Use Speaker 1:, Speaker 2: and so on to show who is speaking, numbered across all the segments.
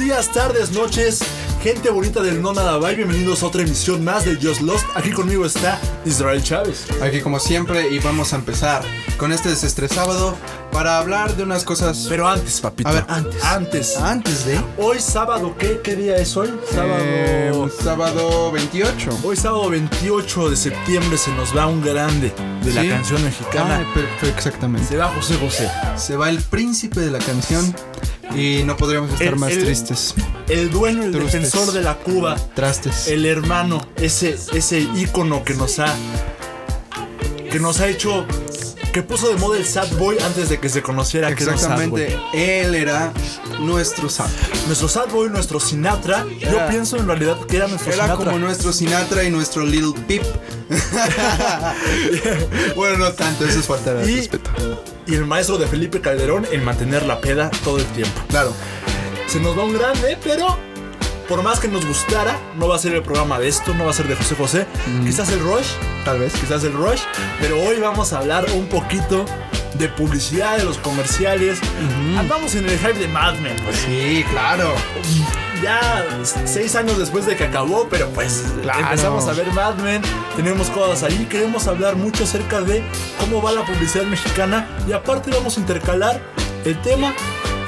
Speaker 1: días, tardes, noches, gente bonita del No Nada Bye. Bienvenidos a otra emisión más de Just Lost. Aquí conmigo está Israel Chávez.
Speaker 2: Aquí como siempre y vamos a empezar con este desestresábado para hablar de unas cosas...
Speaker 1: Pero antes, papito.
Speaker 2: A ver, antes.
Speaker 1: Antes.
Speaker 2: Antes de...
Speaker 1: Hoy sábado, ¿qué? ¿Qué día es hoy? Sábado.
Speaker 2: Eh, sábado 28.
Speaker 1: Hoy sábado 28 de septiembre se nos va un grande de la
Speaker 2: Sí.
Speaker 1: canción mexicana.
Speaker 2: Ay, Ah, perfecto, exactamente.
Speaker 1: se va José José.
Speaker 2: Se va el príncipe de la canción y no podríamos estar
Speaker 1: El-
Speaker 2: más
Speaker 1: el-
Speaker 2: tristes.
Speaker 1: El dueño, el
Speaker 2: Trustes.
Speaker 1: defensor de la Cuba.
Speaker 2: Trastes.
Speaker 1: el hermano, ese, ese ícono que nos ha. que nos ha hecho. que puso de moda el Sad Boy antes de que se conociera que era un Sad Boy.
Speaker 2: Exactamente, él era nuestro santo.
Speaker 1: Nuestro Sad Boy, nuestro Sinatra. Yo
Speaker 2: Era-
Speaker 1: pienso en realidad que era nuestro
Speaker 2: Era
Speaker 1: Sinatra.
Speaker 2: como nuestro Sinatra y nuestro Little Pip. bueno, no tanto, eso es falta de
Speaker 1: Y-
Speaker 2: respeto.
Speaker 1: Y el maestro de Felipe Calderón en mantener la peda todo el tiempo.
Speaker 2: Claro.
Speaker 1: Se nos va un grande, pero. Por más que nos gustara, no va a ser el programa de esto, no va a ser de José José.
Speaker 2: Mm.
Speaker 1: Quizás el Rush,
Speaker 2: Tal vez.
Speaker 1: quizás el Rush, pero hoy vamos a hablar un poquito de publicidad, de los comerciales. Andamos en el hype de Mad Men, pues.
Speaker 2: Sí, claro.
Speaker 1: Ya seis años después de que acabó, pero pues
Speaker 2: Claro.
Speaker 1: empezamos a ver Mad Men, tenemos cosas ahí, queremos hablar mucho acerca de cómo va la publicidad mexicana y aparte vamos a intercalar el tema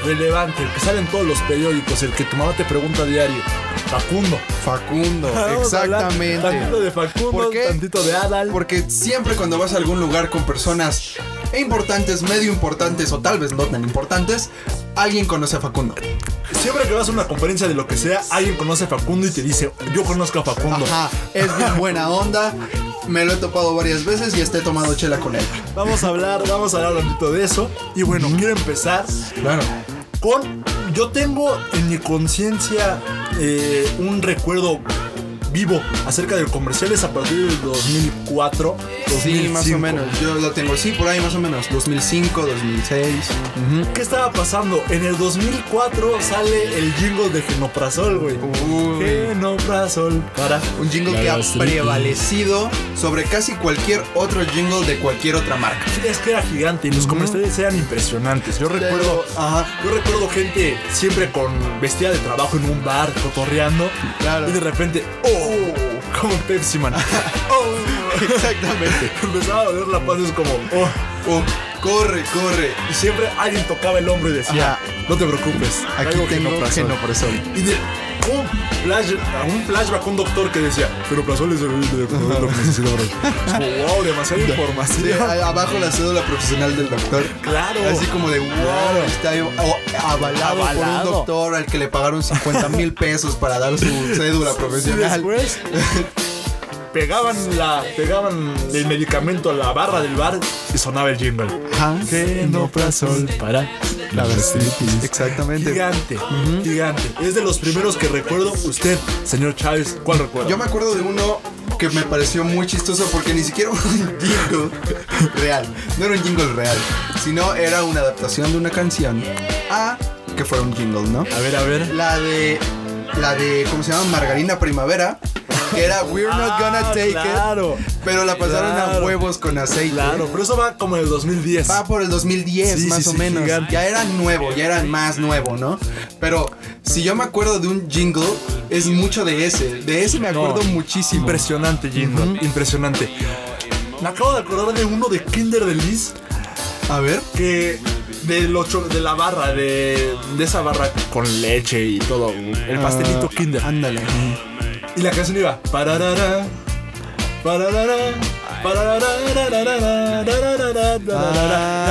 Speaker 1: relevante, el que sale en todos los periódicos, el que tu mamá te pregunta a diario, Facundo.
Speaker 2: Facundo,
Speaker 1: Vamos a hablar Tantito
Speaker 2: exactamente.
Speaker 1: de Facundo,
Speaker 2: ¿Por qué?
Speaker 1: tantito de Adal.
Speaker 2: Porque siempre cuando vas a algún lugar con personas importantes, medio importantes o tal vez no tan importantes, alguien conoce a Facundo.
Speaker 1: Siempre que vas a una conferencia de lo que sea, alguien conoce a Facundo y te dice, yo conozco a Facundo.
Speaker 2: Ajá, es bien buena onda. Me lo he topado varias veces y esté tomando chela con él.
Speaker 1: Vamos a hablar, vamos a hablar un poquito de eso. Y bueno, quiero empezar
Speaker 2: Claro.
Speaker 1: con... Yo tengo en mi conciencia eh, un recuerdo vivo acerca de comerciales a partir del 2004. 2005.
Speaker 2: Sí, más o menos. Yo lo tengo, sí, por ahí más o menos. 2005, 2006.
Speaker 1: ¿Qué estaba pasando? En el 2004 sale el jingle de Genoprazol, güey.
Speaker 2: Uy.
Speaker 1: Genoprazol para...
Speaker 2: Un jingle que ha prevalecido sobre casi cualquier otro jingle de cualquier otra marca.
Speaker 1: Es que era gigante y los comerciales eran impresionantes. Yo recuerdo... ah,
Speaker 2: Ajá.
Speaker 1: Yo recuerdo gente siempre con vestida de trabajo en un bar, cotorreando.
Speaker 2: Claro.
Speaker 1: Y de repente, ¡oh! Como Pepsi Man. ¡Oh!
Speaker 2: Exactamente.
Speaker 1: Empezaba a ver la paz, es como, ¡oh!
Speaker 2: Oh, corre, corre.
Speaker 1: Y siempre alguien tocaba el hombro y decía,
Speaker 2: Ajá.
Speaker 1: no te preocupes,
Speaker 2: Aquí
Speaker 1: traigo
Speaker 2: tengo
Speaker 1: Genoprazol".
Speaker 2: genoprazol.
Speaker 1: Y de un, flash, a un flashback a un doctor que decía, genoprazol es el- el- el- lo que necesito, bro". Es como, wow, demasiada
Speaker 2: Sí,
Speaker 1: información.
Speaker 2: a- abajo la cédula profesional del doctor.
Speaker 1: Claro.
Speaker 2: Así como de wow,
Speaker 1: Claro.
Speaker 2: está ahí, oh, avalado, por
Speaker 1: Avalado.
Speaker 2: un doctor al que le pagaron 50 mil pesos para dar su cédula
Speaker 1: Y
Speaker 2: profesional.
Speaker 1: después pegaban la pegaban el medicamento a la barra del bar y sonaba el jingle.
Speaker 2: Ajá.
Speaker 1: Genoprazol para la gastritis.
Speaker 2: Exactamente.
Speaker 1: Gigante, gigante. Es de los primeros que recuerdo. Usted, señor Chávez, ¿cuál recuerda?
Speaker 2: Yo me acuerdo de uno que me pareció muy chistoso porque ni siquiera era un jingle real. No era un jingle real, sino era una adaptación de una canción a que fuera un jingle, ¿no?
Speaker 1: A ver, a ver.
Speaker 2: La de. La de. ¿Cómo se llama? Margarina Primavera. Que era We're Not Gonna
Speaker 1: Ah,
Speaker 2: Take
Speaker 1: claro.
Speaker 2: It. Pero la pasaron
Speaker 1: Claro.
Speaker 2: a huevos con aceite.
Speaker 1: Claro, pero eso va como en el 2010.
Speaker 2: Va por el 2010,
Speaker 1: Sí,
Speaker 2: más
Speaker 1: sí,
Speaker 2: o
Speaker 1: sí,
Speaker 2: menos.
Speaker 1: gigante.
Speaker 2: Ya era nuevo, ya era más nuevo, ¿no? Pero si yo me acuerdo de un jingle, es mucho de ese. De ese me acuerdo
Speaker 1: No,
Speaker 2: muchísimo.
Speaker 1: Impresionante, jingle. Impresionante. Me acabo de acordar de uno de Kinder de Liz.
Speaker 2: A ver.
Speaker 1: que del ocho, de la barra, de, de esa barra con leche y todo, el pastelito
Speaker 2: Ah,
Speaker 1: Kinder.
Speaker 2: Ándale.
Speaker 1: Y la canción iba pararara, pararara, pararara, pararara,
Speaker 2: Ah,
Speaker 1: Y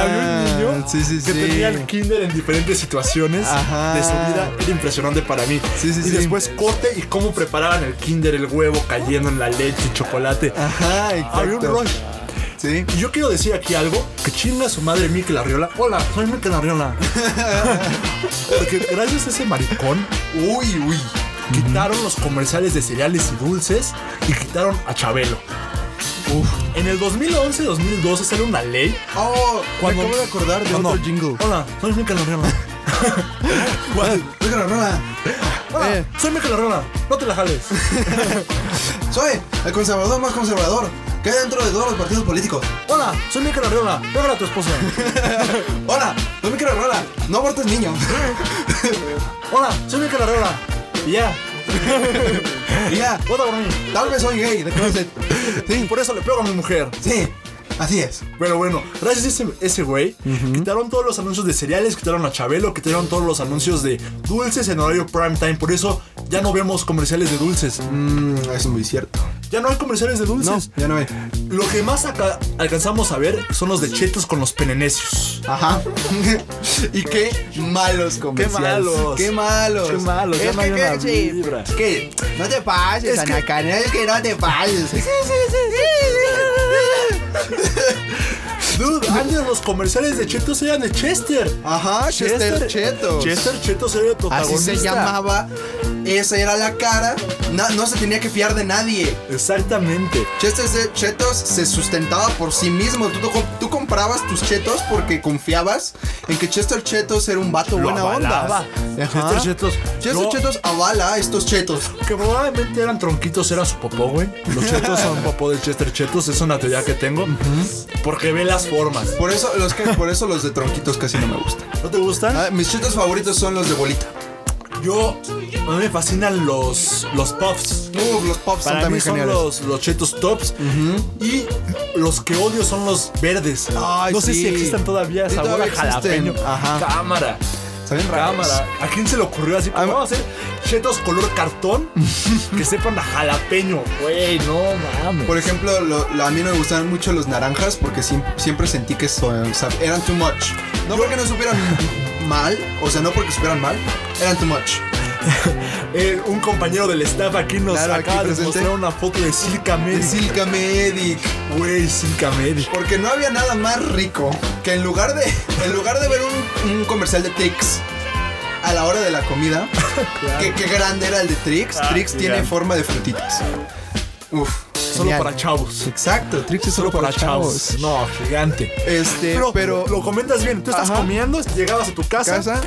Speaker 1: había un niño
Speaker 2: sí, sí,
Speaker 1: que
Speaker 2: sí.
Speaker 1: tenía el Kinder en diferentes situaciones
Speaker 2: Ajá.
Speaker 1: de su vida. Era impresionante para mí.
Speaker 2: Sí, sí,
Speaker 1: y
Speaker 2: sí.
Speaker 1: después corte y cómo preparaban el Kinder, el huevo cayendo en la leche, el chocolate.
Speaker 2: Ajá, exacto.
Speaker 1: Había un rush.
Speaker 2: Sí.
Speaker 1: Y yo quiero decir aquí algo que chinga su madre Mikel Arriola. Hola, soy Mikel Arriola. Porque gracias a ese maricón
Speaker 2: Uy, uy.
Speaker 1: quitaron los comerciales de cereales y dulces y quitaron a Chabelo.
Speaker 2: Uf.
Speaker 1: En el 2011-2012 sale una ley.
Speaker 2: Oh,
Speaker 1: cuando-
Speaker 2: me acabo de acordar de
Speaker 1: No, no.
Speaker 2: otro jingle.
Speaker 1: Hola, soy Mikel Arriola.
Speaker 2: Oiga, Rola.
Speaker 1: Hola,
Speaker 2: Eh.
Speaker 1: soy Mikel Arriola. No te la jales.
Speaker 2: Soy el conservador más conservador que hay dentro de todos los partidos políticos.
Speaker 1: Hola, soy Mikel Arriola. Pégale a tu esposa.
Speaker 2: Hola, no me quiero rola, no abortes niño.
Speaker 1: Hola, soy Mikel Arriola. Y ya,
Speaker 2: Y ya,
Speaker 1: vota por mí.
Speaker 2: tal vez soy gay, de closet.
Speaker 1: Y
Speaker 2: Sí,
Speaker 1: por eso le pego a mi mujer.
Speaker 2: sí, así es.
Speaker 1: Pero bueno, gracias a ese, ese güey, quitaron todos los anuncios de cereales, quitaron a Chabelo, quitaron todos los anuncios de dulces en horario prime time. Por eso ya no vemos comerciales de dulces.
Speaker 2: Mm, eso es muy cierto.
Speaker 1: Ya no hay comerciales de
Speaker 2: No,
Speaker 1: dulces.
Speaker 2: ya no hay.
Speaker 1: Lo que más aca- alcanzamos a ver son los de chetos con los penenecios.
Speaker 2: Ajá. y qué malos comerciales.
Speaker 1: malos.
Speaker 2: Qué malos.
Speaker 1: Qué malos, ya
Speaker 2: Es
Speaker 1: no
Speaker 2: que,
Speaker 1: hay una
Speaker 2: que, sí,
Speaker 1: vibra.
Speaker 2: es que no te pases,
Speaker 1: Es que-
Speaker 2: Ana Karen, Es que no te pases.
Speaker 1: Dude, antes los comerciales de chetos eran de Chester.
Speaker 2: Ajá, Chester Chetos.
Speaker 1: Chester Chetos era el
Speaker 2: Así
Speaker 1: protagonista.
Speaker 2: se llamaba. Esa era la cara. No, no se tenía que fiar de nadie.
Speaker 1: Exactamente.
Speaker 2: Chester C- Chetos se sustentaba por sí mismo. Tú, tú- tú comprabas tus chetos porque confiabas en que Chester Chetos era un vato
Speaker 1: Lo
Speaker 2: buena
Speaker 1: avalaba.
Speaker 2: onda. Ajá.
Speaker 1: Chester Chetos.
Speaker 2: Chester
Speaker 1: Yo-
Speaker 2: Chetos avala estos chetos.
Speaker 1: Que probablemente eran tronquitos, era su popó, güey. Los chetos son popó de Chester Chetos, es una teoría que tengo. Porque ve las formas.
Speaker 2: Por eso, los que, por eso los de tronquitos casi no me gustan.
Speaker 1: ¿No te gustan?
Speaker 2: Ah, mis chetos favoritos son los de bolita.
Speaker 1: Yo, a mí me fascinan los, los puffs.
Speaker 2: Uh, los pops son
Speaker 1: Para mí
Speaker 2: también
Speaker 1: son
Speaker 2: geniales.
Speaker 1: los, los chetos tops. Y los que odio son los verdes.
Speaker 2: Ay,
Speaker 1: no sé
Speaker 2: sí.
Speaker 1: si existen todavía
Speaker 2: Sí,
Speaker 1: sabor a
Speaker 2: todavía existen.
Speaker 1: jalapeño.
Speaker 2: Ajá.
Speaker 1: Cámara.
Speaker 2: Saben raros.
Speaker 1: Cámara. ¿A quién se le ocurrió así? Pues
Speaker 2: A mí-
Speaker 1: Vamos a hacer chetos color cartón que sepan a jalapeño. Güey, no mames.
Speaker 2: Por ejemplo, lo- lo- a mí no me gustaban mucho los naranjas porque siem- siempre sentí que so- sab- eran too much. No porque no supieran mal, o sea, no porque supieran mal, eran too much.
Speaker 1: Eh, un compañero del staff aquí nos
Speaker 2: Claro, aquí
Speaker 1: acaba de
Speaker 2: presente.
Speaker 1: mostrar una foto de Silka
Speaker 2: De
Speaker 1: Medic.
Speaker 2: Silka Medic.
Speaker 1: Güey, Silka Medic.
Speaker 2: Porque no había nada más rico que en lugar de, en lugar de ver un, un comercial de Trix a la hora de la comida, que qué grande era el de Trix.
Speaker 1: Ah,
Speaker 2: Trix tiene
Speaker 1: gigante.
Speaker 2: forma de frutitas. Uf.
Speaker 1: Solo
Speaker 2: genial.
Speaker 1: para chavos.
Speaker 2: Exacto, Trix es solo, para, chavos.
Speaker 1: No, gigante.
Speaker 2: Este,
Speaker 1: Pero,
Speaker 2: pero
Speaker 1: lo comentas bien. Tú estás
Speaker 2: Ajá.
Speaker 1: comiendo, llegabas a tu casa.
Speaker 2: casa.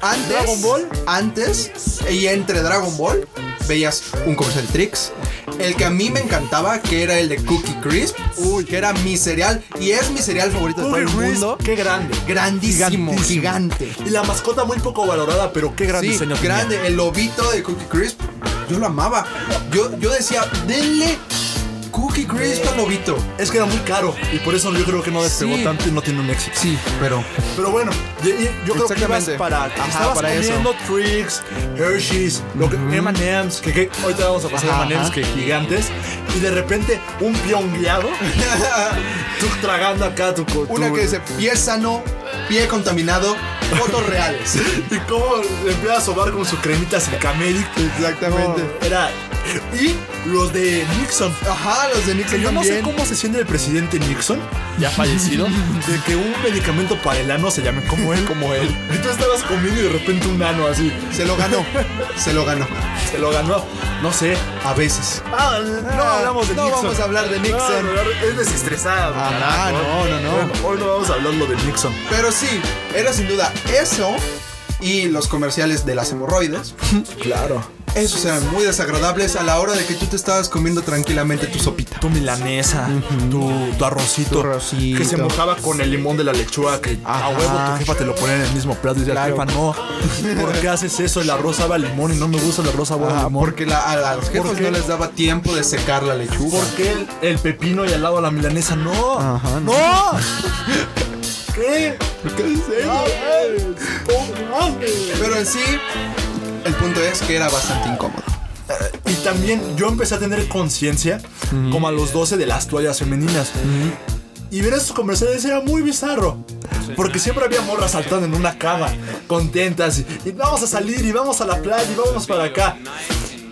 Speaker 2: Antes,
Speaker 1: Dragon Ball.
Speaker 2: Antes, y entre Dragon Ball, veías un comercial de Trix. El que a mí me encantaba, que era el de Cookie Crisp. Uy, que era mi cereal. Y es mi cereal favorito de todo
Speaker 1: Uy,
Speaker 2: el
Speaker 1: Ruiz,
Speaker 2: mundo.
Speaker 1: qué grande.
Speaker 2: Grandísimo,
Speaker 1: Gigantísimo.
Speaker 2: gigante.
Speaker 1: Y la mascota muy poco valorada, pero qué gran
Speaker 2: Sí,
Speaker 1: diseño tenía.
Speaker 2: grande. El lobito de Cookie Crisp. Yo lo amaba. Yo, yo decía, denle Cookie Crisp al lobito.
Speaker 1: Es que era muy caro y por eso yo creo que no despegó
Speaker 2: Sí.
Speaker 1: tanto y no tiene un éxito.
Speaker 2: Sí, pero.
Speaker 1: Pero bueno, y- y- yo creo que ibas
Speaker 2: Exactamente.
Speaker 1: para.
Speaker 2: Ajá,
Speaker 1: estabas
Speaker 2: para eso.
Speaker 1: comiendo Tricks, Hershey's, lo que, M&M's, que, que hoy te vamos a pasar
Speaker 2: Ajá,
Speaker 1: M&M's
Speaker 2: ajá.
Speaker 1: que gigantes, y de repente un piongueado, tú tragando acá tu. co-
Speaker 2: Una
Speaker 1: tu-
Speaker 2: que dice pie sano, pie contaminado, fotos reales.
Speaker 1: Y cómo le empieza a sobar con su cremita Circamedic.
Speaker 2: Exactamente.
Speaker 1: Era. Y los de Nixon.
Speaker 2: Ajá, los de
Speaker 1: Que
Speaker 2: Nixon
Speaker 1: yo no sé
Speaker 2: también.
Speaker 1: cómo se siente el presidente Nixon, ya fallecido, de que un medicamento para el ano se llame como él.
Speaker 2: Como él.
Speaker 1: Y tú estabas comiendo y de repente un ano así.
Speaker 2: Se lo ganó. Se lo ganó.
Speaker 1: Se lo ganó, no sé.
Speaker 2: A veces.
Speaker 1: Ah, no hablamos de
Speaker 2: no
Speaker 1: Nixon.
Speaker 2: vamos a hablar de Nixon.
Speaker 1: No, no, es desestresada.
Speaker 2: Ajá,
Speaker 1: carajo.
Speaker 2: no, no, no.
Speaker 1: Bueno, hoy no vamos a hablar lo de Nixon.
Speaker 2: Pero sí, era sin duda eso y los comerciales de las hemorroides.
Speaker 1: Claro.
Speaker 2: Esos eran muy desagradables a la hora de que tú te estabas comiendo tranquilamente tu sopita.
Speaker 1: Tu milanesa, tu, tu arrocito.
Speaker 2: Tu arrocito.
Speaker 1: Que se mojaba con el limón de la lechuga. Que
Speaker 2: Ajá.
Speaker 1: a huevo tu jefa te lo ponía en el mismo plato. Y decía,
Speaker 2: Claro.
Speaker 1: jefa, no. ¿Por qué haces eso? El arroz sabe a limón y no me gusta el arroz sabor a
Speaker 2: Ah,
Speaker 1: limón.
Speaker 2: porque la- a, a los jefes
Speaker 1: ¿Por qué?
Speaker 2: no les daba tiempo de secar la lechuga.
Speaker 1: ¿Por qué el, el pepino y al lado la milanesa? No.
Speaker 2: Ajá,
Speaker 1: no. ¿Qué?
Speaker 2: ¿Por qué dice eso? Pero en sí, el punto es que era bastante incómodo.
Speaker 1: Y también yo empecé a tener conciencia, como a los 12, de las toallas femeninas. Y ver esos comerciales era muy bizarro. Porque siempre había morras saltando en una cama, contentas, y, y vamos a salir, y vamos a la playa, y vamos para acá.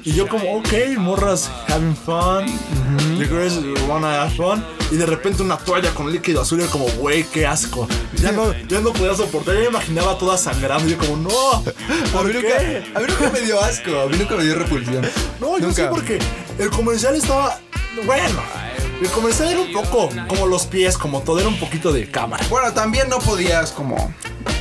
Speaker 1: Y yo como, ok, morras having fun, the girls wanna have fun, y de repente una toalla con líquido azul, y yo como, güey, qué asco. Ya no, yo no podía soportar, yo me imaginaba toda sangrando, y yo como, no,
Speaker 2: A
Speaker 1: ¿por
Speaker 2: mí, nunca,
Speaker 1: qué?
Speaker 2: a mí nunca me dio asco, a mí nunca me dio repulsión.
Speaker 1: No, yo
Speaker 2: nunca.
Speaker 1: sí, porque el comercial estaba. Bueno, el comercial era un poco como los pies, como todo, era un poquito de cámara.
Speaker 2: Bueno, también no podías como,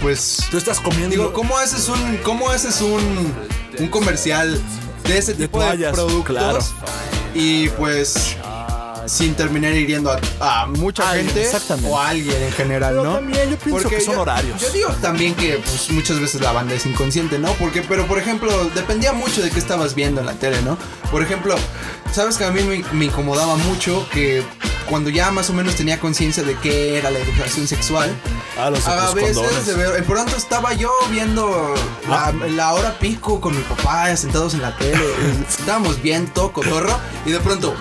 Speaker 2: pues...
Speaker 1: Tú estás comiendo.
Speaker 2: Digo, ¿cómo haces un, cómo haces un, un comercial de ese tipo de,
Speaker 1: toallas,
Speaker 2: productos?
Speaker 1: claro.
Speaker 2: Y pues sin terminar hiriendo a, a mucha
Speaker 3: Alguien,
Speaker 2: gente
Speaker 3: exactamente.
Speaker 2: o a alguien en general,
Speaker 1: Pero
Speaker 2: ¿no?
Speaker 1: también yo pienso que son
Speaker 2: yo-
Speaker 3: horarios.
Speaker 2: Yo digo también que pues, muchas veces la banda es inconsciente, ¿no? Porque, pero por ejemplo, dependía mucho de qué estabas viendo en la tele, ¿no? Por ejemplo, sabes que a mí me, me incomodaba mucho que cuando ya más o menos tenía conciencia de qué era la educación sexual,
Speaker 3: Ah, los
Speaker 2: a
Speaker 3: otros
Speaker 2: veces,
Speaker 3: condones. Ah.
Speaker 2: de ver- pronto estaba yo viendo la, la hora pico con mi papá sentados en la tele. Estábamos bien todo cotorro y de pronto,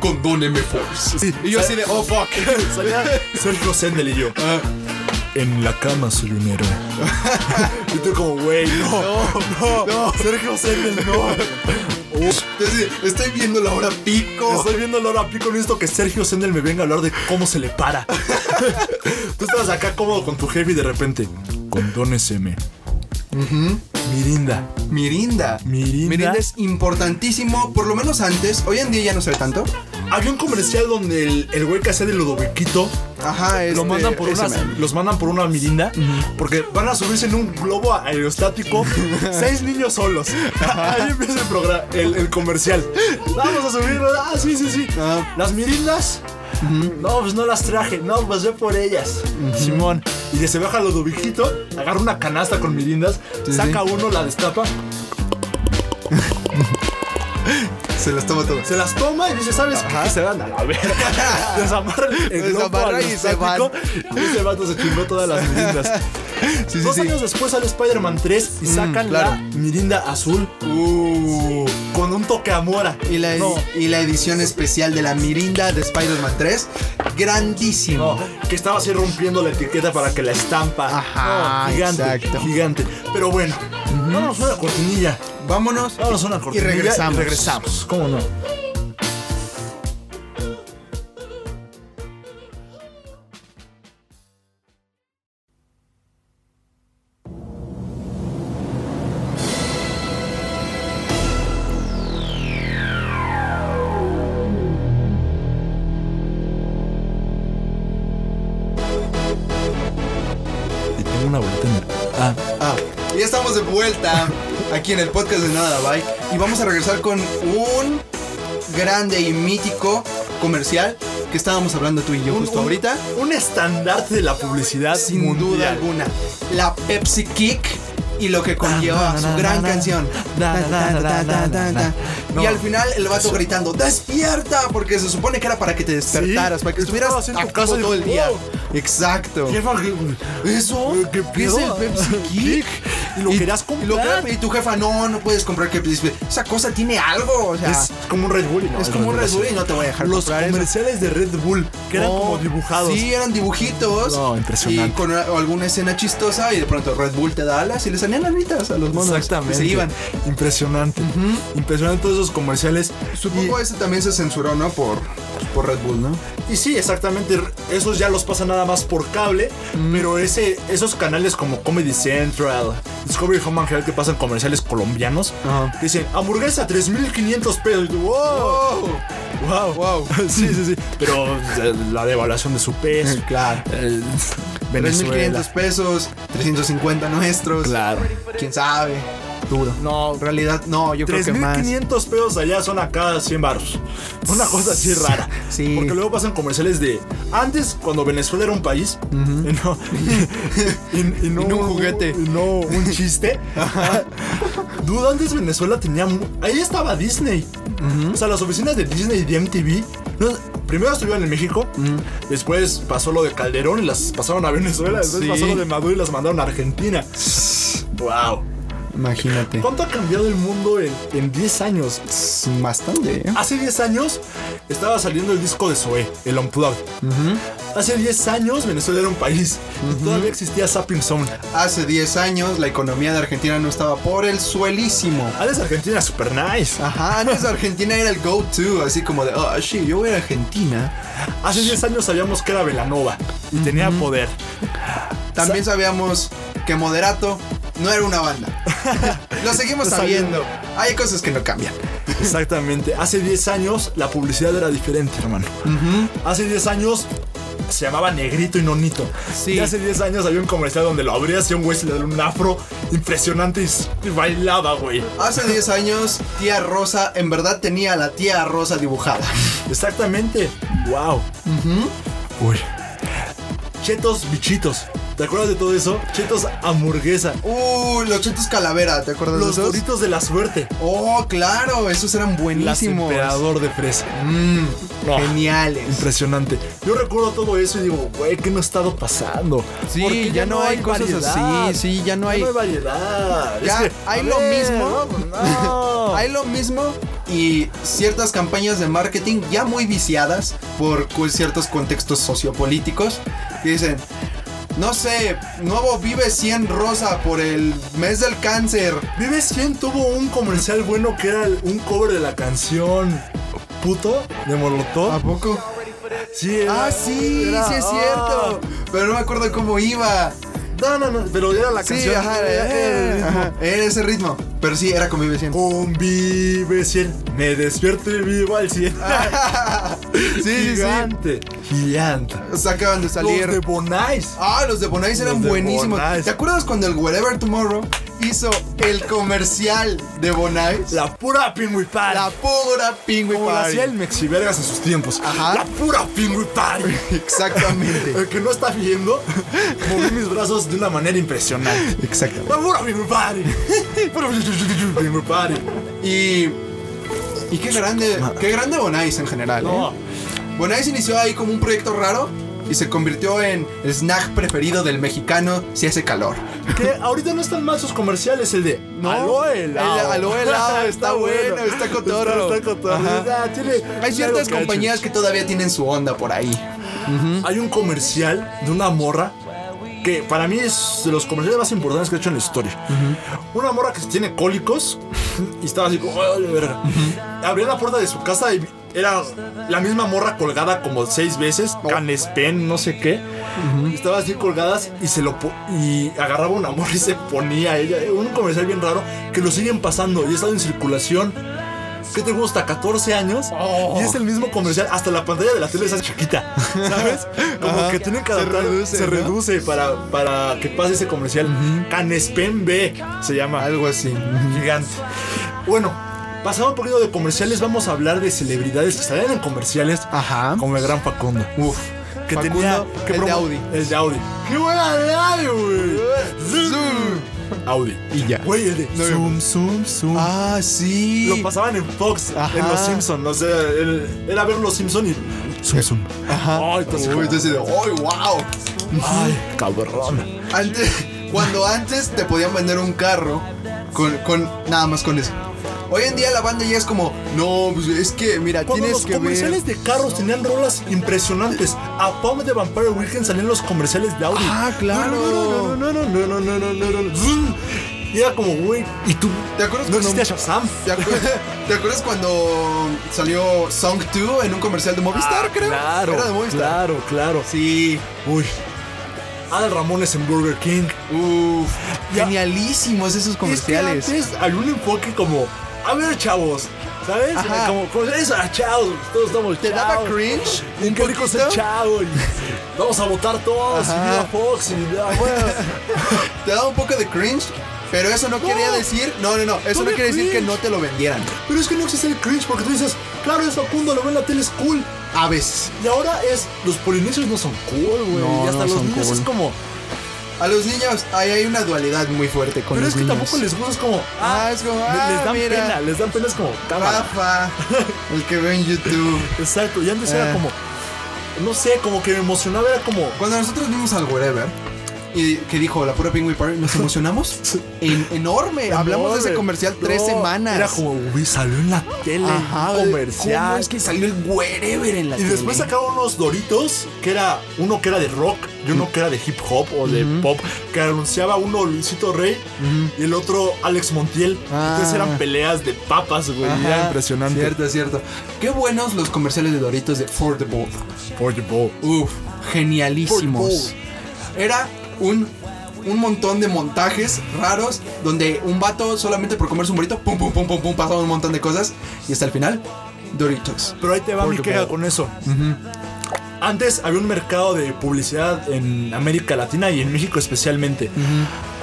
Speaker 2: condóneme force.
Speaker 1: Sí.
Speaker 2: y yo así de, oh fuck.
Speaker 1: Salía Sergio Sendel y yo.
Speaker 2: Ah,
Speaker 1: En la cama soy un héroe. y tú como, güey, no, no, no, Sergio Sendel, no.
Speaker 2: entonces, estoy viendo la hora pico.
Speaker 1: Estoy viendo la hora pico en esto que Sergio Sendel me venga a hablar de cómo se le para. Tú estabas acá cómodo con tu heavy y de repente. Condóneseme. Mirinda.
Speaker 2: Mirinda.
Speaker 1: Mirinda.
Speaker 2: es importantísimo, por lo menos antes. Hoy en día ya no se ve tanto.
Speaker 1: Había un comercial donde el el güey que hacía de Ludoviquito
Speaker 2: Ajá,
Speaker 1: lo
Speaker 2: este,
Speaker 1: mandan por
Speaker 2: ese
Speaker 1: unas-
Speaker 2: man.
Speaker 1: los mandan por una mirinda porque van a subirse en un globo aerostático seis niños solos. Ahí empieza el programa, el, el comercial. Vamos a subirlo. Ah, sí, sí, sí.
Speaker 2: Ah.
Speaker 1: Las mirindas. No, pues no las traje. No, pues ve por ellas. Simón. Y que se baja Ludovijito, agarra una canasta con mirindas,
Speaker 2: Sí,
Speaker 1: saca uno, la destapa,
Speaker 2: Se las toma todas.
Speaker 1: se las toma y dice, ¿sabes qué? Que se van a la verga. Desamarra el globo
Speaker 2: Desamarra y se van.
Speaker 1: aerostático, Y se vato se chingó todas las mirindas.
Speaker 2: Sí, sí,
Speaker 1: Dos
Speaker 2: sí. Mm,
Speaker 1: años después sale Spider-Man 3 y sacan la
Speaker 2: claro.
Speaker 1: mirinda azul
Speaker 2: Uh.
Speaker 1: con un toque a mora.
Speaker 2: Y la,
Speaker 1: no,
Speaker 2: y la edición especial de la Mirinda de Spider-Man 3. Grandísimo.
Speaker 1: no, que estaba así rompiendo la etiqueta para que la estampa.
Speaker 2: Ajá,
Speaker 1: No, gigante,
Speaker 2: exacto.
Speaker 1: gigante. Pero bueno, vámonos a una cortinilla.
Speaker 2: Vámonos.
Speaker 1: Vámonos a una cortinilla
Speaker 2: regresamos.
Speaker 1: Y regresamos. ¿Cómo no? Y tengo una boleta en el- Ah,
Speaker 2: Ah, y ya estamos de vuelta aquí en el podcast de Nada Bye. Y vamos a regresar con un grande y mítico comercial que estábamos hablando tú y yo
Speaker 1: un-
Speaker 2: justo
Speaker 1: un-
Speaker 2: ahorita.
Speaker 1: Un estandarte de la publicidad
Speaker 2: Sin duda
Speaker 1: mundial.
Speaker 2: alguna. La Pepsi Kick y lo que conlleva su gran canción. Y al final el vato gritando, despierta, porque se supone que era para que te despertaras, para que estuvieras
Speaker 1: estabas en tu
Speaker 2: activo
Speaker 1: casa y
Speaker 2: todo el día.
Speaker 1: wow.
Speaker 2: Exacto.
Speaker 1: Jefa,
Speaker 2: ¿Eso?
Speaker 1: ¿qué pedo?
Speaker 2: es el Pepsi Kick?
Speaker 1: Y lo querías comprar.
Speaker 2: Y, lo que- y tu jefa, no, no puedes comprar que Esa cosa tiene algo, o sea.
Speaker 1: Ah, es
Speaker 2: Es,
Speaker 1: como un Red Bull. y no,
Speaker 2: como un Red Bull y no te voy a dejar
Speaker 1: Los
Speaker 2: comprar eso.
Speaker 1: comerciales de Red Bull que eran
Speaker 2: No,
Speaker 1: como dibujados.
Speaker 2: Oh, Sí, eran dibujitos.
Speaker 1: No, impresionante.
Speaker 2: Y con una- alguna escena chistosa y de pronto Red Bull te da alas y le salían alitas a los monos. Y se iban.
Speaker 1: Impresionante. Impresionante todos esos comerciales.
Speaker 2: Supongo ese también se censuró, ¿no? Por, por Red Bull, ¿no?
Speaker 1: Y sí, exactamente. Esos ya los pasa nada más por cable. Pero ese, esos canales como Comedy Central, Discovery Home and Health que pasan comerciales colombianos,
Speaker 2: Ajá.
Speaker 1: dicen hamburguesa 3500 pesos. Y tú, ¡Wow! ¡Wow!
Speaker 2: Wow.
Speaker 1: sí, sí, sí. Pero eh, la devaluación de su peso.
Speaker 2: Claro.
Speaker 1: eh, Venezuela.
Speaker 2: 3.500 pesos, 350 nuestros.
Speaker 1: Claro.
Speaker 2: ¿Quién sabe? Duro. No, en realidad no, yo creo que más.
Speaker 1: 3.500 pesos allá son acá 100 barros. Una cosa así rara.
Speaker 2: Sí.
Speaker 1: Porque luego pasan comerciales de. Antes, cuando Venezuela era un país, y no, y- y no
Speaker 2: Y no un juguete.
Speaker 1: y no un chiste. Duda, antes Venezuela tenía. mu- Ahí estaba Disney. O sea, las oficinas de Disney y de MTV. no- primero estuvieron en México. Después pasó lo de Calderón y las pasaron a Venezuela. Después
Speaker 2: Sí.
Speaker 1: pasó lo de Maduro y las mandaron a Argentina. ¡Wow!
Speaker 2: Imagínate.
Speaker 1: ¿Cuánto ha cambiado el mundo en, en 10 años?
Speaker 2: Bastante, ¿eh?
Speaker 1: Hace 10 años estaba saliendo el disco de Zoé, el Unplugged. Hace 10 años Venezuela era un país y todavía existía Zapping Zone.
Speaker 2: Hace 10 años la economía de Argentina no estaba por el suelísimo.
Speaker 1: Antes Argentina era super nice.
Speaker 2: Ajá, antes Argentina era el go-to, así como de, oh, sí, yo voy a Argentina.
Speaker 1: Hace 10 años sabíamos que era Velanova y tenía poder.
Speaker 2: También sabíamos que Moderato no era una banda. Lo seguimos sabiendo. Hay cosas que no cambian.
Speaker 1: Exactamente. Hace 10 años la publicidad era diferente, hermano. Hace 10 años se llamaba Negrito y Nonito.
Speaker 2: Sí.
Speaker 1: Y hace 10 años había un comercial donde lo abría así un güey se le daba un afro impresionante y s- y bailaba, güey.
Speaker 2: Hace 10 años, tía Rosa en verdad tenía a la tía Rosa dibujada.
Speaker 1: Exactamente. Wow. Uy. Chetos bichitos. ¿Te acuerdas de todo eso? Chetos hamburguesa.
Speaker 2: Uy, los chetos calavera, ¿te acuerdas
Speaker 1: Los
Speaker 2: de esos?
Speaker 1: doritos de la suerte.
Speaker 2: Oh, claro, esos eran
Speaker 1: Las
Speaker 2: buenísimos.
Speaker 1: emperador de fresa.
Speaker 2: Mm,
Speaker 1: No.
Speaker 2: Geniales.
Speaker 1: Impresionante. Yo recuerdo todo eso y digo, güey, ¿qué no ha estado pasando?
Speaker 2: Sí,
Speaker 1: ¿Por qué
Speaker 2: ya no hay cosas
Speaker 1: variedad?
Speaker 2: así, sí, ya no hay-
Speaker 1: variedad. Es
Speaker 2: Ya,
Speaker 1: que,
Speaker 2: hay
Speaker 1: a
Speaker 2: lo
Speaker 1: ver, pues
Speaker 2: mismo.
Speaker 1: No.
Speaker 2: Hay lo mismo y ciertas campañas de marketing ya muy viciadas por cu- ciertos contextos sociopolíticos que dicen, no sé, nuevo Vive 100 Rosa por el mes del cáncer.
Speaker 1: ¿Vives quién tuvo un comercial bueno que era el- un cover de la canción Puto de Molotov?
Speaker 2: poco?
Speaker 1: Sí, era-
Speaker 2: Ah, sí,
Speaker 1: era- ah.
Speaker 2: sí es cierto. Pero no me acuerdo cómo iba.
Speaker 1: No, no, no, pero era la
Speaker 2: Sí,
Speaker 1: canción.
Speaker 2: ajá, era,
Speaker 1: Eh,
Speaker 2: ajá, era ese ritmo. Pero sí, era con Vive 100.
Speaker 1: Convive 100, me despierto y vivo al 100.
Speaker 2: Ah, sí, sí, sí.
Speaker 1: gigante, gigante.
Speaker 2: Se acaban de salir.
Speaker 1: Los de Bonais.
Speaker 2: Ah, los de Bonais eran
Speaker 1: Los de
Speaker 2: buenísimos.
Speaker 1: Bonais.
Speaker 2: ¿Te acuerdas cuando el Wherever Tomorrow hizo el comercial de Bonais?
Speaker 1: La pura pingüi party.
Speaker 2: La pura Pingüe
Speaker 1: Como lo
Speaker 2: Party.
Speaker 1: hacía el Mexivergas en sus tiempos.
Speaker 2: Ajá.
Speaker 1: La pura pingüi party.
Speaker 2: Exactamente.
Speaker 1: El que no está viendo, moví mis brazos de una manera impresionante.
Speaker 2: Exactamente.
Speaker 1: La pura pingüi party. Pura pingüi party.
Speaker 2: ¿Eh? Y. Y qué grande. Qué grande Bonais en general.
Speaker 1: No.
Speaker 2: ¿eh? Bonais inició ahí como un proyecto raro. Y se convirtió en el snack preferido del mexicano si hace calor.
Speaker 1: Que ahorita no están mal sus comerciales, el de aloe helado.
Speaker 2: el aloe helado está bueno, está cotorro.
Speaker 1: Está, está cotorro.
Speaker 2: Ajá.
Speaker 1: Ah, tiene-
Speaker 2: Hay
Speaker 1: tiene
Speaker 2: ciertas
Speaker 1: algo
Speaker 2: compañías que todavía tienen su onda por ahí.
Speaker 1: cacho. Hay un comercial de una morra que para mí es de los comerciales más importantes que he hecho en la historia. Una morra que tiene cólicos y estaba así como... "Ay, la verga". Abría la puerta de su casa y era la misma morra colgada como seis veces, Canespen, no sé qué. Estaba así colgadas y se lo po- y agarraba una morra y se ponía ella. Un comercial bien raro que lo siguen pasando y ha estado en circulación. ¿Qué te gusta? 14 años
Speaker 2: Oh.
Speaker 1: y es el mismo comercial. Hasta la pantalla de la tele es chiquita, ¿sabes? Como
Speaker 2: Ajá.
Speaker 1: que tienen que
Speaker 2: Se
Speaker 1: adaptar,
Speaker 2: reduce,
Speaker 1: se
Speaker 2: ¿no?
Speaker 1: reduce para, para que pase ese comercial. Canespen B se llama
Speaker 2: Algo así.
Speaker 1: gigante. Bueno, pasado un poquito de comerciales, vamos a hablar de celebridades que salían en comerciales
Speaker 2: Ajá.
Speaker 1: como el gran Facundo.
Speaker 2: Uf.
Speaker 1: Que
Speaker 2: Facundo,
Speaker 1: tenía que
Speaker 2: el de
Speaker 1: promo-
Speaker 2: Audi.
Speaker 1: El de Audi. ¡Qué buena de Audi, güey! Zoom. Audi.
Speaker 2: Y ya.
Speaker 1: Güey, el de
Speaker 2: No,
Speaker 1: zoom, zoom, zoom.
Speaker 2: Ah, sí.
Speaker 1: Lo pasaban en Fox,
Speaker 2: Ajá.
Speaker 1: en Los Simpsons. O sea, el- era ver Los Simpsons y. Zoom, zoom.
Speaker 2: Ajá.
Speaker 1: Ay, entonces-
Speaker 2: Uy, entonces, ¡ay, wow!
Speaker 1: Ay, cabrón.
Speaker 2: Antes, cuando antes te podían vender un carro con, con nada más con eso. Hoy en día la banda ya es como, no, pues es que, mira,
Speaker 1: Cuando
Speaker 2: tienes
Speaker 1: los
Speaker 2: que
Speaker 1: comerciales
Speaker 2: ver.
Speaker 1: de carros tenían rolas impresionantes. A Pom de Vampire Weekend salían los comerciales de Audi.
Speaker 2: Ah, claro.
Speaker 1: No, no, no, no, no, no, no, no, no, no. Zoom. Y era como, güey, ¿y tú?
Speaker 2: ¿Te acuerdas
Speaker 1: No
Speaker 2: cuando-
Speaker 1: existía Shazam.
Speaker 2: ¿Te acuerdas, ¿Te acuerdas cuando salió Song 2 en un comercial de Movistar, creo?
Speaker 1: Ah, Claro,
Speaker 2: Era de Movistar.
Speaker 1: claro, claro.
Speaker 2: Sí.
Speaker 1: Uy. Adal Ramones en Burger King.
Speaker 2: Uf.
Speaker 1: Ya.
Speaker 2: Genialísimos esos comerciales.
Speaker 1: Es que antes había un enfoque como, a ver, chavos, ¿sabes?
Speaker 2: Ajá.
Speaker 1: Como, como eso, ah, chavos, todos estamos
Speaker 2: ¿Te daba
Speaker 1: chavos.
Speaker 2: cringe?
Speaker 1: Un qué rico ser chavo y vamos a votar todos y
Speaker 2: Ajá.
Speaker 1: viva Fox y viva- bueno,
Speaker 2: Te daba un poco de cringe, pero eso no, quería decir. No, no, no. Eso no
Speaker 1: Ponle
Speaker 2: quiere decir que
Speaker 1: cringe.
Speaker 2: no te lo vendieran.
Speaker 1: Pero es que no existe el cringe porque tú dices, claro, es Facundo, lo ve en la tele, es cool.
Speaker 2: A veces.
Speaker 1: Y ahora es, los polinesios no son cool, güey.
Speaker 2: No,
Speaker 1: y hasta
Speaker 2: no
Speaker 1: los
Speaker 2: son
Speaker 1: niños
Speaker 2: cool.
Speaker 1: es como,
Speaker 2: A los niños, ahí hay una dualidad muy fuerte con
Speaker 1: pero
Speaker 2: los
Speaker 1: es que
Speaker 2: niños.
Speaker 1: tampoco les gusta, es como,
Speaker 2: Ah, es como, ah,
Speaker 1: les dan
Speaker 2: mira. Ah.
Speaker 1: pena, les dan pena, es como, cámara.
Speaker 2: Rafa, el que veo en YouTube.
Speaker 1: Exacto, y antes era
Speaker 2: Eh.
Speaker 1: como, no sé, como que me emocionaba, era como,
Speaker 2: Cuando nosotros vimos al Wherever, y que dijo la pura Penguin Party, nos emocionamos en, enorme. Hablamos de ese
Speaker 1: Enorme.
Speaker 2: comercial tres
Speaker 1: No,
Speaker 2: semanas.
Speaker 1: Era como, güey, salió en la tele,
Speaker 2: Ajá,
Speaker 1: un
Speaker 2: ¿cómo
Speaker 1: comercial.
Speaker 2: es que salió el Wherever en la
Speaker 1: Y después
Speaker 2: tele?
Speaker 1: sacaron unos doritos, que era uno que era de rock y uno que era de hip hop o de pop, que anunciaba uno Luisito Rey y el otro Alex Montiel.
Speaker 2: Ah.
Speaker 1: Entonces eran peleas de papas, güey.
Speaker 2: Ajá,
Speaker 1: Era impresionante.
Speaker 2: Cierto, cierto. Qué buenos los comerciales de Doritos de For the Bowl.
Speaker 1: Por the ball.
Speaker 2: Uf, genialísimos.
Speaker 1: Por
Speaker 2: Era un, un montón de montajes raros donde un vato solamente por comerse un burrito, pum, pum, pum, pum, pum, pasaba un montón de cosas y hasta el final, Doritos.
Speaker 1: Pero ahí te va
Speaker 2: Por
Speaker 1: mi
Speaker 2: the
Speaker 1: queja
Speaker 2: ball.
Speaker 1: con eso. Antes había un mercado de publicidad en América Latina y en México especialmente.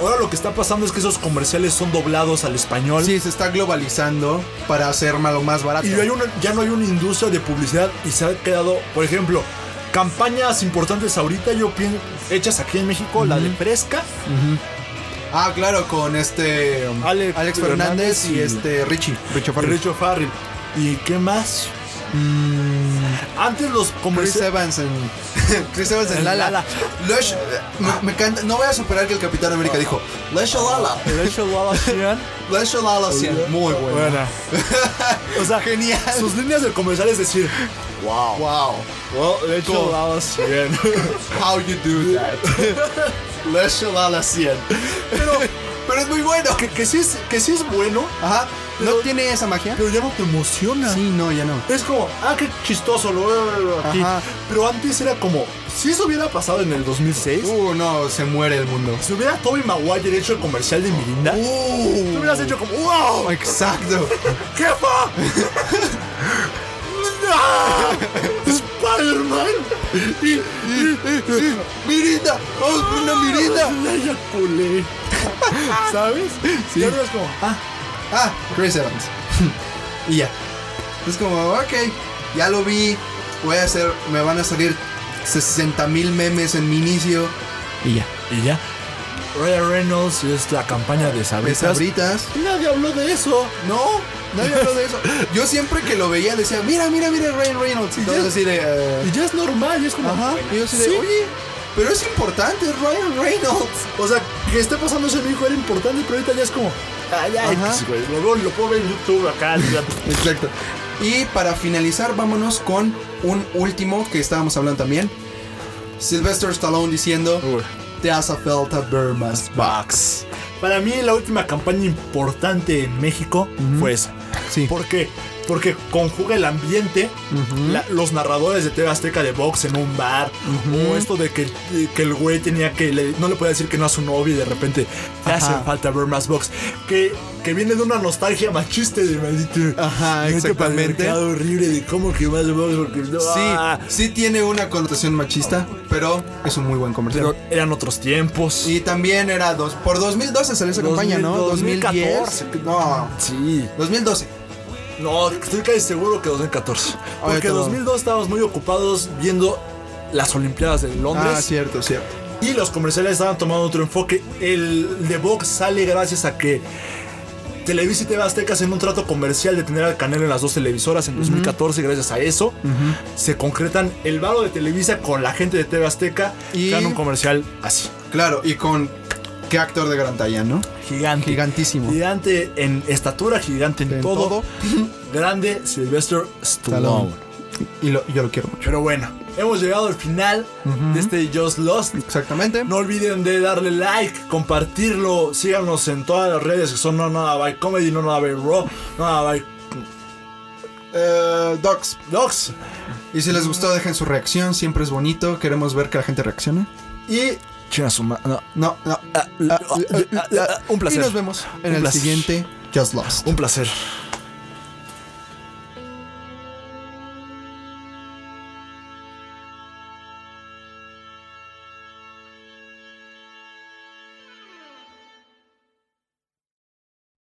Speaker 1: Ahora lo que está pasando es que esos comerciales son doblados al español.
Speaker 2: Sí, se está globalizando para hacer algo más barato.
Speaker 1: Y hay una- ya no hay una industria de publicidad y se ha quedado, por ejemplo, campañas importantes ahorita, yo pienso, hechas aquí en México, la de Fresca.
Speaker 2: Ah, claro, con este um,
Speaker 1: Alex
Speaker 2: Alex, Fernández,
Speaker 1: Fernández
Speaker 2: y,
Speaker 1: y-
Speaker 2: este Richie. Richie
Speaker 1: Por Richo Farrell. ¿Y qué más? Antes los
Speaker 2: Chris
Speaker 1: comerciales.
Speaker 2: Evans en Chris Evans en
Speaker 1: En
Speaker 2: Lala.
Speaker 1: Lala.
Speaker 2: Lush, eh, me, me encanta. No voy a superar que el Capitán América dijo Lush Lala.
Speaker 1: De hecho, Lala Sheehan.
Speaker 2: Lush Lala sí, muy bueno.
Speaker 1: Buena. O sea,
Speaker 2: Genial.
Speaker 1: Sus líneas de comercial es decir, wow.
Speaker 2: Wow.
Speaker 1: Well, de hecho,
Speaker 2: Cool.
Speaker 1: Lala Sheehan.
Speaker 2: How you do that. Lush Lala 100. Pero, pero es muy bueno.
Speaker 1: que, que, sí es, que sí es bueno,
Speaker 2: Ajá. ¿No tiene esa magia?
Speaker 1: pero ya no te emociona.
Speaker 2: Sí, no, ya no.
Speaker 1: Es como, ah, qué chistoso lo veo aquí.
Speaker 2: Ajá.
Speaker 1: Pero antes era como, si eso hubiera pasado en el 2006,
Speaker 2: Uh, no, se muere el mundo.
Speaker 1: si hubiera Toby Maguire hecho el comercial de Mirinda, tú
Speaker 2: Uh,
Speaker 1: hubieras hecho como, wow,
Speaker 2: exacto.
Speaker 1: jefa. ¡Ah! Spider-Man y,
Speaker 2: Mirinda, vamos por Oh, una mirinda.
Speaker 1: La eyaculé. ¿Sabes?
Speaker 2: Sí.
Speaker 1: Y ahora es como, ah,
Speaker 2: Ah, Chris Evans. y ya. Es como, ok, ya lo vi. Voy a hacer, me van a salir 60 mil memes en mi inicio. Y ya.
Speaker 1: y ya. Ryan Reynolds es la campaña de
Speaker 2: ¿Ves
Speaker 1: Pues, Sabritas.
Speaker 2: sabritas?
Speaker 1: Nadie habló de eso.
Speaker 2: No, nadie habló de eso. Yo siempre que lo veía decía, mira, mira, mira, Ryan Reynolds. Y todos
Speaker 1: ya-
Speaker 2: así de, eh,
Speaker 1: Y ya es normal, y es como,
Speaker 2: ajá. Y yo así de,
Speaker 1: sí.
Speaker 2: oye, pero es importante, es Ryan Reynolds.
Speaker 1: O sea, que esté pasando eso en México era importante, pero ahorita ya es como. Ah, ya,
Speaker 2: Ajá.
Speaker 1: X, güey. Lo, veo- lo puedo ver en YouTube acá. ya.
Speaker 2: Exacto. Y para finalizar, vámonos con un último que estábamos hablando también. Sylvester Stallone diciendo:
Speaker 1: Uy.
Speaker 2: Te hace falta Burma's Box.
Speaker 1: Para mí, la última campaña importante en México fue esa.
Speaker 2: Sí.
Speaker 1: ¿Por qué? Porque conjuga el ambiente, la- los narradores de TV Azteca de box en un bar, o esto de que, de que el güey tenía que. le- no le podía decir que no a su novio y de repente te hace
Speaker 2: Ajá.
Speaker 1: falta ver más box. Que, que viene de una nostalgia machista de maldito.
Speaker 2: Ajá,
Speaker 1: neta,
Speaker 2: exactamente.
Speaker 1: patriarcado horrible de cómo que más box porque. no, ah.
Speaker 2: Sí, sí tiene una connotación machista, pero es un muy buen comercial.
Speaker 1: Pero eran otros tiempos.
Speaker 2: y también era dos, por 2012 salió esa campaña, ¿no?
Speaker 1: 2014.
Speaker 2: 2010. No,
Speaker 1: Sí.
Speaker 2: 2012.
Speaker 1: No, estoy casi seguro que 2014.
Speaker 2: Ahorita
Speaker 1: Porque en
Speaker 2: no.
Speaker 1: 2002 estábamos muy ocupados viendo las Olimpiadas de Londres.
Speaker 2: Ah, cierto, cierto.
Speaker 1: Y los comerciales estaban tomando otro enfoque. El de Vox sale gracias a que Televisa y TV Azteca hacen un trato comercial de tener al Canelo en las dos televisoras en 2014. Gracias a eso se concretan el varo de Televisa con la gente de TV Azteca
Speaker 2: Y-
Speaker 1: y un comercial así.
Speaker 2: Claro, y con qué actor de gran talla, ¿no?
Speaker 1: Gigante.
Speaker 2: Gigantísimo.
Speaker 1: Gigante en estatura, gigante en,
Speaker 2: En
Speaker 1: todo.
Speaker 2: todo.
Speaker 1: Grande Sylvester Stallone.
Speaker 2: Stallone. Y lo- yo lo quiero mucho.
Speaker 1: Pero bueno, hemos llegado al final de este Just Lost.
Speaker 2: Exactamente.
Speaker 1: No olviden de darle like, compartirlo, síganos en todas las redes que son No Nada by Comedy, No Nada by Raw, No Nada by
Speaker 2: Eh, Docs,
Speaker 1: Dogs.
Speaker 2: Y si les gustó, dejen su reacción, siempre es bonito. Queremos ver que la gente reaccione.
Speaker 1: Y... China su ma- no.
Speaker 2: No, no. ah, ah, ah, ah, ah.
Speaker 1: Un placer.
Speaker 2: Y nos vemos en
Speaker 1: Un
Speaker 2: el
Speaker 1: placer.
Speaker 2: siguiente Just Lost.
Speaker 1: Un placer.